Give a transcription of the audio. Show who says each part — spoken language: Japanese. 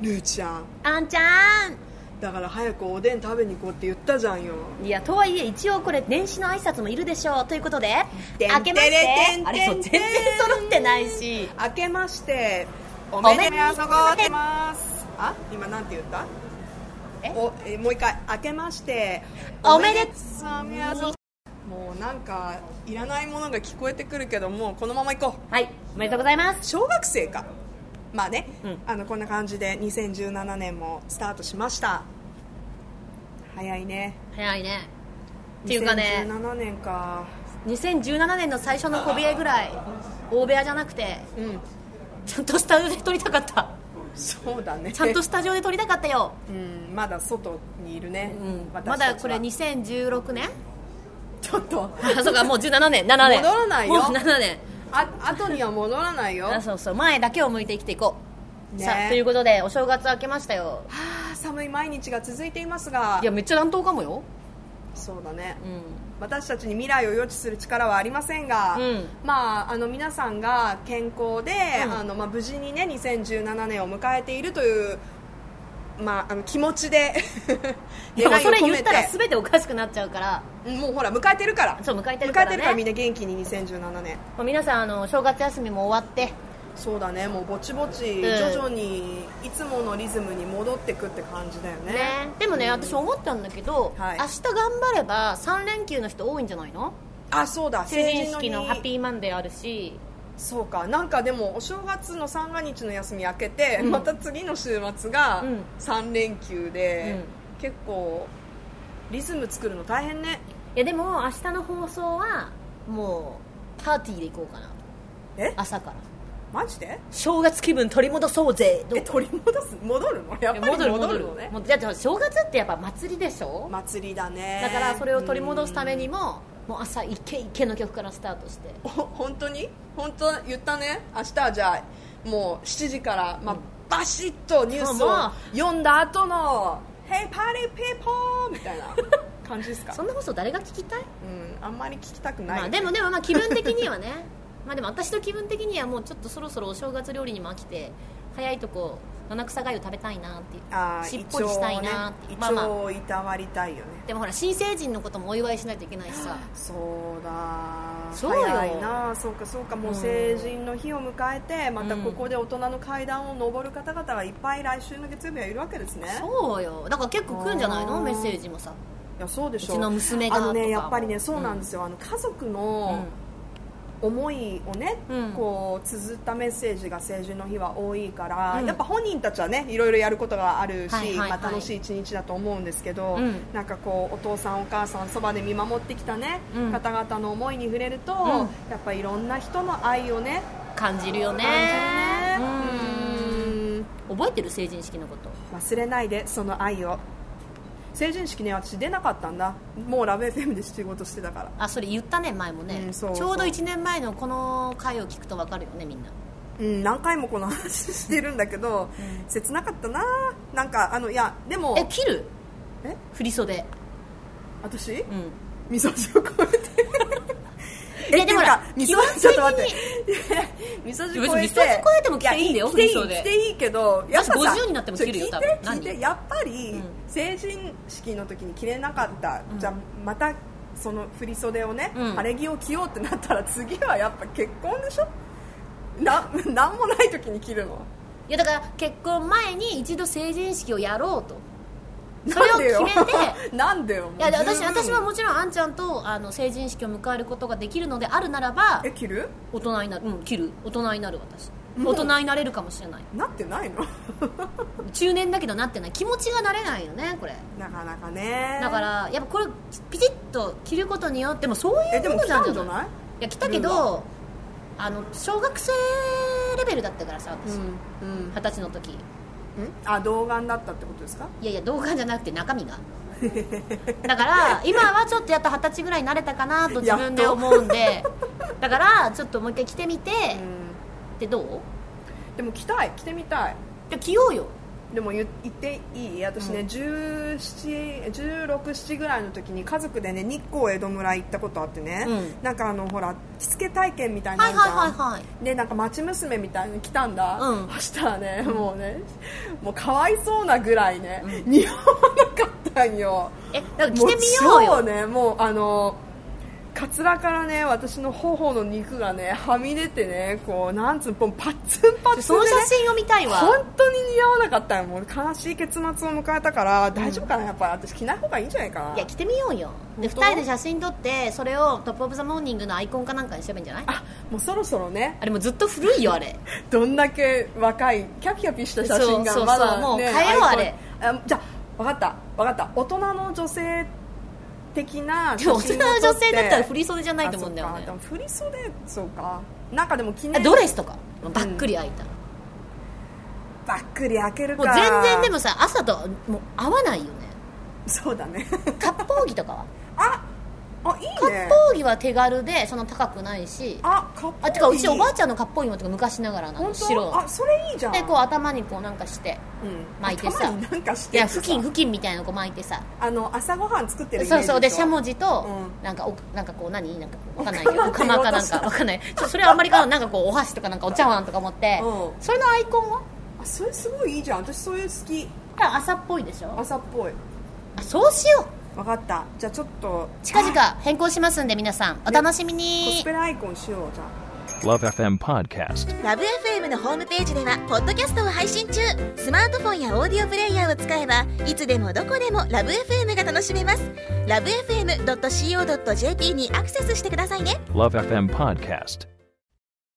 Speaker 1: ルーちゃん
Speaker 2: あんちゃ
Speaker 1: だから早くおでん食べに行こうって言ったじゃんよ
Speaker 2: んいやとはいえ一応これ年始の挨拶もいるでしょうということで
Speaker 1: てんてれ
Speaker 2: 明けまして
Speaker 1: てんてん
Speaker 2: あれそう全然揃ってないし
Speaker 1: 明けましてお
Speaker 2: め
Speaker 1: めで
Speaker 2: でと
Speaker 1: とう
Speaker 2: うご
Speaker 1: ご
Speaker 2: ざ
Speaker 1: ざ
Speaker 2: い
Speaker 1: いますあ今なんて言った
Speaker 2: え
Speaker 1: おえもう一回明けまして
Speaker 2: おめでとう
Speaker 1: おめでとうもうなんかいらないものが聞こえてくるけどもうこのまま行こう
Speaker 2: はいおめでとうございます
Speaker 1: 小学生かまあね、
Speaker 2: うん
Speaker 1: あのこんな感じで2017年もスタートしました早いね
Speaker 2: 早いねっていうかね
Speaker 1: 2017年か
Speaker 2: 2017年の最初の小部屋ぐらい大部屋じゃなくて
Speaker 1: うん
Speaker 2: ちゃんとスタジオで撮りたか った
Speaker 1: そうだね
Speaker 2: ちゃんとスタジオで撮りたかったよ、
Speaker 1: うん、まだ外にいるね、
Speaker 2: うん、
Speaker 1: 私たちは
Speaker 2: まだこれ2016年
Speaker 1: ちょっと
Speaker 2: あそうかもう17年7年
Speaker 1: 戻らないよ
Speaker 2: もう7年
Speaker 1: あ後には戻らないよ
Speaker 2: あそうそう前だけを向いて生きていこう、
Speaker 1: ね
Speaker 2: さあということでお正月明けましたよ
Speaker 1: あー寒い毎日が続いていますが
Speaker 2: いやめっちゃ乱闘かもよ
Speaker 1: そうだね
Speaker 2: う
Speaker 1: 私たちに未来を予知する力はありませんが、
Speaker 2: うん
Speaker 1: まあ、あの皆さんが健康で、
Speaker 2: うん
Speaker 1: あのまあ、無事に、ね、2017年を迎えているという、まあ、あの気持ちで
Speaker 2: んでも
Speaker 1: 願い
Speaker 2: そ
Speaker 1: を
Speaker 2: れ
Speaker 1: 込
Speaker 2: 言
Speaker 1: め
Speaker 2: ったら
Speaker 1: て
Speaker 2: 全ておかしくなっちゃうから
Speaker 1: うんもうほら迎えてるから
Speaker 2: そう迎えてるからね
Speaker 1: 迎えてるからみんな元気に2017年
Speaker 2: もう皆さんあの正月休みも終わって
Speaker 1: そうだねもうぼちぼち、
Speaker 2: ん
Speaker 1: 徐々にいつものリズムに戻ってくって感じだよね
Speaker 2: ねでもね、私思ったんだけど、
Speaker 1: はい
Speaker 2: 明日頑張れば3連休の人多いんじゃないの
Speaker 1: あそうだ
Speaker 2: 成人式の
Speaker 1: 日
Speaker 2: ハッピーマンデーあるし
Speaker 1: そうかなんかでもお正月の三が日の休み明けて、
Speaker 2: うん
Speaker 1: また次の週末が
Speaker 2: うん
Speaker 1: 3連休で、結構リズム作るの大変ね
Speaker 2: いやでも明日の放送はもうパーティーで行こうかな
Speaker 1: え
Speaker 2: 朝から
Speaker 1: マジで
Speaker 2: 正月気分取り戻そうぜ
Speaker 1: え取り戻す戻るのやっぱり戻るのね
Speaker 2: もうだって正月ってやっぱ祭りでしょ、
Speaker 1: 祭りだね
Speaker 2: だからそれを取り戻すために
Speaker 1: うん
Speaker 2: ももう朝イケイケの曲からスタートして
Speaker 1: お本当に本当言ったね明日はじゃあもう7時から、まあ、バシッとニュース
Speaker 2: そうも
Speaker 1: を読んだ後の「Hey party people!」みたいな感じですか
Speaker 2: そんな放送誰が聞きたい、
Speaker 1: うんあんまり聞きたくない、
Speaker 2: まあ、でもでもまあ気分的に はねまあでも私の気分的にはもうちょっとそろそろお正月料理にも飽きて早いとこ七草がゆ食べたいなっていう
Speaker 1: あー
Speaker 2: しっぽりしたいなっていう、
Speaker 1: 一応,、ね、
Speaker 2: まあま
Speaker 1: 一
Speaker 2: あ
Speaker 1: 応いたわりたいよね
Speaker 2: でもほら新成人のこともお祝いしないといけないしさ
Speaker 1: そうだ
Speaker 2: そうよ
Speaker 1: 早いなそうかそうかもううん成人の日を迎えて、またここで大人の階段を上る方々がいっぱい来週の月曜日はいるわけですね
Speaker 2: そうよだから結構来るんじゃないの
Speaker 1: うん
Speaker 2: メッセージもさ
Speaker 1: いやそうでしょ
Speaker 2: うちの娘が
Speaker 1: あの
Speaker 2: と
Speaker 1: ね
Speaker 2: か
Speaker 1: やっぱりねそうなんですよ、あの家族の思いをね、
Speaker 2: うん
Speaker 1: こう綴ったメッセージが成人の日は多いから、
Speaker 2: うん
Speaker 1: やっぱ本人たちはねいろいろやることがあるし、
Speaker 2: はいはいはい
Speaker 1: まあ、楽しい一日だと思うんですけど、
Speaker 2: うん
Speaker 1: なんかこうお父さんお母さんそばで見守ってきたね、
Speaker 2: うん
Speaker 1: 方々の思いに触れると、
Speaker 2: ん
Speaker 1: やっぱいろんな人の愛をね
Speaker 2: 感じるよね
Speaker 1: 感じるね
Speaker 2: うん
Speaker 1: うん
Speaker 2: 覚えてる成人式のこと
Speaker 1: 忘れないでその愛を成人式ね私出なかったんだもうラブ FM で仕事してたから
Speaker 2: あそれ言ったね前もね、
Speaker 1: うんそうそう
Speaker 2: ちょうど1年前のこの回を聞くと分かるよねみんな
Speaker 1: うん、何回もこの話してるんだけど、切なかったななんかあのいやでも
Speaker 2: え切る
Speaker 1: え
Speaker 2: 振り袖
Speaker 1: 私
Speaker 2: うん
Speaker 1: 味噌汁超えて
Speaker 2: いやでもほら
Speaker 1: っていう
Speaker 2: 基
Speaker 1: か
Speaker 2: 本
Speaker 1: 味噌ち
Speaker 2: 的に
Speaker 1: ょっと待 っていや味噌汁超えて
Speaker 2: 別に味噌汁超えても着ていいんだよ
Speaker 1: や着ていい
Speaker 2: 味噌で
Speaker 1: 着ていいけどやっぱさ
Speaker 2: 私50になっても着るよ
Speaker 1: ちょ
Speaker 2: 多分
Speaker 1: 聞いて聞い
Speaker 2: 何
Speaker 1: てやっぱり、
Speaker 2: うん
Speaker 1: 成人式の時に着れなかった、
Speaker 2: うん
Speaker 1: じゃあまたその振り袖をね、
Speaker 2: うん
Speaker 1: 晴れ着を着ようってなったら次はやっぱ結婚でしょななんもない時に着るの
Speaker 2: いやだから結婚前に一度成人式をやろうとそれ
Speaker 1: な
Speaker 2: を
Speaker 1: んでよ
Speaker 2: 決め て
Speaker 1: なんでよもう
Speaker 2: いやで私
Speaker 1: 十分
Speaker 2: 私はもちろんあんちゃんとあの成人式を迎えることができるのであるならば
Speaker 1: え着る
Speaker 2: 大人になるうん切る大人になる私
Speaker 1: も
Speaker 2: 大
Speaker 1: う
Speaker 2: 人になれるかもしれない
Speaker 1: なってないの
Speaker 2: 中年だけどなってない気持ちがなれないよねこれ
Speaker 1: なかなかね
Speaker 2: だからやっぱこれピチッと着ることによってもそうい
Speaker 1: え
Speaker 2: う
Speaker 1: で
Speaker 2: も
Speaker 1: も
Speaker 2: の
Speaker 1: 来
Speaker 2: なん
Speaker 1: た
Speaker 2: じ
Speaker 1: ん
Speaker 2: ゃ
Speaker 1: じ
Speaker 2: な
Speaker 1: ゃな
Speaker 2: い
Speaker 1: い
Speaker 2: いや来たけどあの小学生レベルだったからさ私二十、
Speaker 1: うん、うん、
Speaker 2: 歳の時い
Speaker 1: あ童顔だったってことですか
Speaker 2: やいや動画じゃなくて中身がだから今はちょっとやっと二十歳ぐらいになれたかなと自分で思うんでだからちょっともう一回着てみて、
Speaker 1: うん
Speaker 2: でどう
Speaker 1: でも着たい着てみたい
Speaker 2: で着ようよ
Speaker 1: でも言言っていい私ね、
Speaker 2: うん
Speaker 1: 17 1617ぐらいの時に家族でね日光江戸村行ったことあってね、
Speaker 2: うん
Speaker 1: なんかあのほら着付け体験みたいなのあ
Speaker 2: はい
Speaker 1: るじゃん、
Speaker 2: はいはいはい
Speaker 1: でなんか町娘みたいに来たんだ、
Speaker 2: うん
Speaker 1: そしたらねもうねもうかわいそうなぐらいね、似合わなかったんよ
Speaker 2: えだから着てみよう
Speaker 1: も超
Speaker 2: よ
Speaker 1: ねもうあのカツラからね私の頬の肉がねはみ出てねこうなんつうのパッツンパッツンで、ね、
Speaker 2: その写真を見たいわ
Speaker 1: 本当に似合わなかったよもう悲しい結末を迎えたから大丈夫かな、やっぱり私着ない方がいいんじゃないかない
Speaker 2: や着てみようよで2
Speaker 1: 本当
Speaker 2: 人で写真撮ってそれを「トップ・オブ・ザ・モーニング」のアイコンかなんかにすればいいんじゃない
Speaker 1: あもうそろそろね
Speaker 2: あれもうずっと古いよあれ
Speaker 1: どんだけ若いキャピキャピした写真
Speaker 2: そうそうそ
Speaker 1: が
Speaker 2: う
Speaker 1: まだ、ね、
Speaker 2: もう変えよう
Speaker 1: アイコン
Speaker 2: あれ
Speaker 1: あじゃあ分かった分かった大人の女性的な
Speaker 2: で
Speaker 1: 写
Speaker 2: も
Speaker 1: 真
Speaker 2: 大
Speaker 1: を撮
Speaker 2: 人
Speaker 1: って
Speaker 2: の女性だったら振り袖じゃないと思うんだよ
Speaker 1: あ
Speaker 2: ね
Speaker 1: そうかでも振り袖そうかなんかでも記
Speaker 2: あ
Speaker 1: 念
Speaker 2: ドレスとかばっくり開いた、
Speaker 1: ばっくり開ける
Speaker 2: もう
Speaker 1: か
Speaker 2: 全然でもさ朝ともう合わないよね
Speaker 1: そうだね
Speaker 2: 割烹着とかは
Speaker 1: ああいい
Speaker 2: 割
Speaker 1: ね
Speaker 2: 烹着は手軽でそんな高くないし
Speaker 1: あかっこいい
Speaker 2: あてかうちおばあちゃんの割烹着もとか昔ながらな
Speaker 1: 本
Speaker 2: の
Speaker 1: 当
Speaker 2: 白の
Speaker 1: あそれいいじゃん
Speaker 2: でこう頭にこうなんかして
Speaker 1: うん
Speaker 2: 巻いてさ
Speaker 1: 頭になんかし
Speaker 2: い
Speaker 1: て
Speaker 2: や
Speaker 1: さ
Speaker 2: 布巾布巾みたいなのこう巻いてさ
Speaker 1: あの朝ごはん作ってるイメー
Speaker 2: そう
Speaker 1: ジ
Speaker 2: そうで
Speaker 1: しょ
Speaker 2: しゃもじと、
Speaker 1: う
Speaker 2: なんかおなんかこう何なんかわかん ないけど
Speaker 1: お釜
Speaker 2: お
Speaker 1: って
Speaker 2: か
Speaker 1: 言おう
Speaker 2: まか
Speaker 1: と
Speaker 2: なん
Speaker 1: した
Speaker 2: かわかんないちょそれはあんまりかなんかこうお箸とかなんかお茶碗とか持って、
Speaker 1: うん
Speaker 2: それのアイコンは
Speaker 1: あそれすごいいいじゃん私そういう好き
Speaker 2: 朝っぽいでしょ
Speaker 1: 朝っぽい
Speaker 2: あそうしよう
Speaker 1: わかったじゃあちょっと
Speaker 2: 近々変更しますんで皆さんお楽しみに、
Speaker 1: コスプレアイコンしようじゃあ
Speaker 3: Love FM Podcast.
Speaker 4: ラブ f m のホームページではポッドキャストを配信中スマートフォンやオーディオプレイヤーを使えばいつでもどこでもラブ f m が楽しめますラブ FM.co.jp にアクセスしてくださいね
Speaker 3: Love FM Podcast.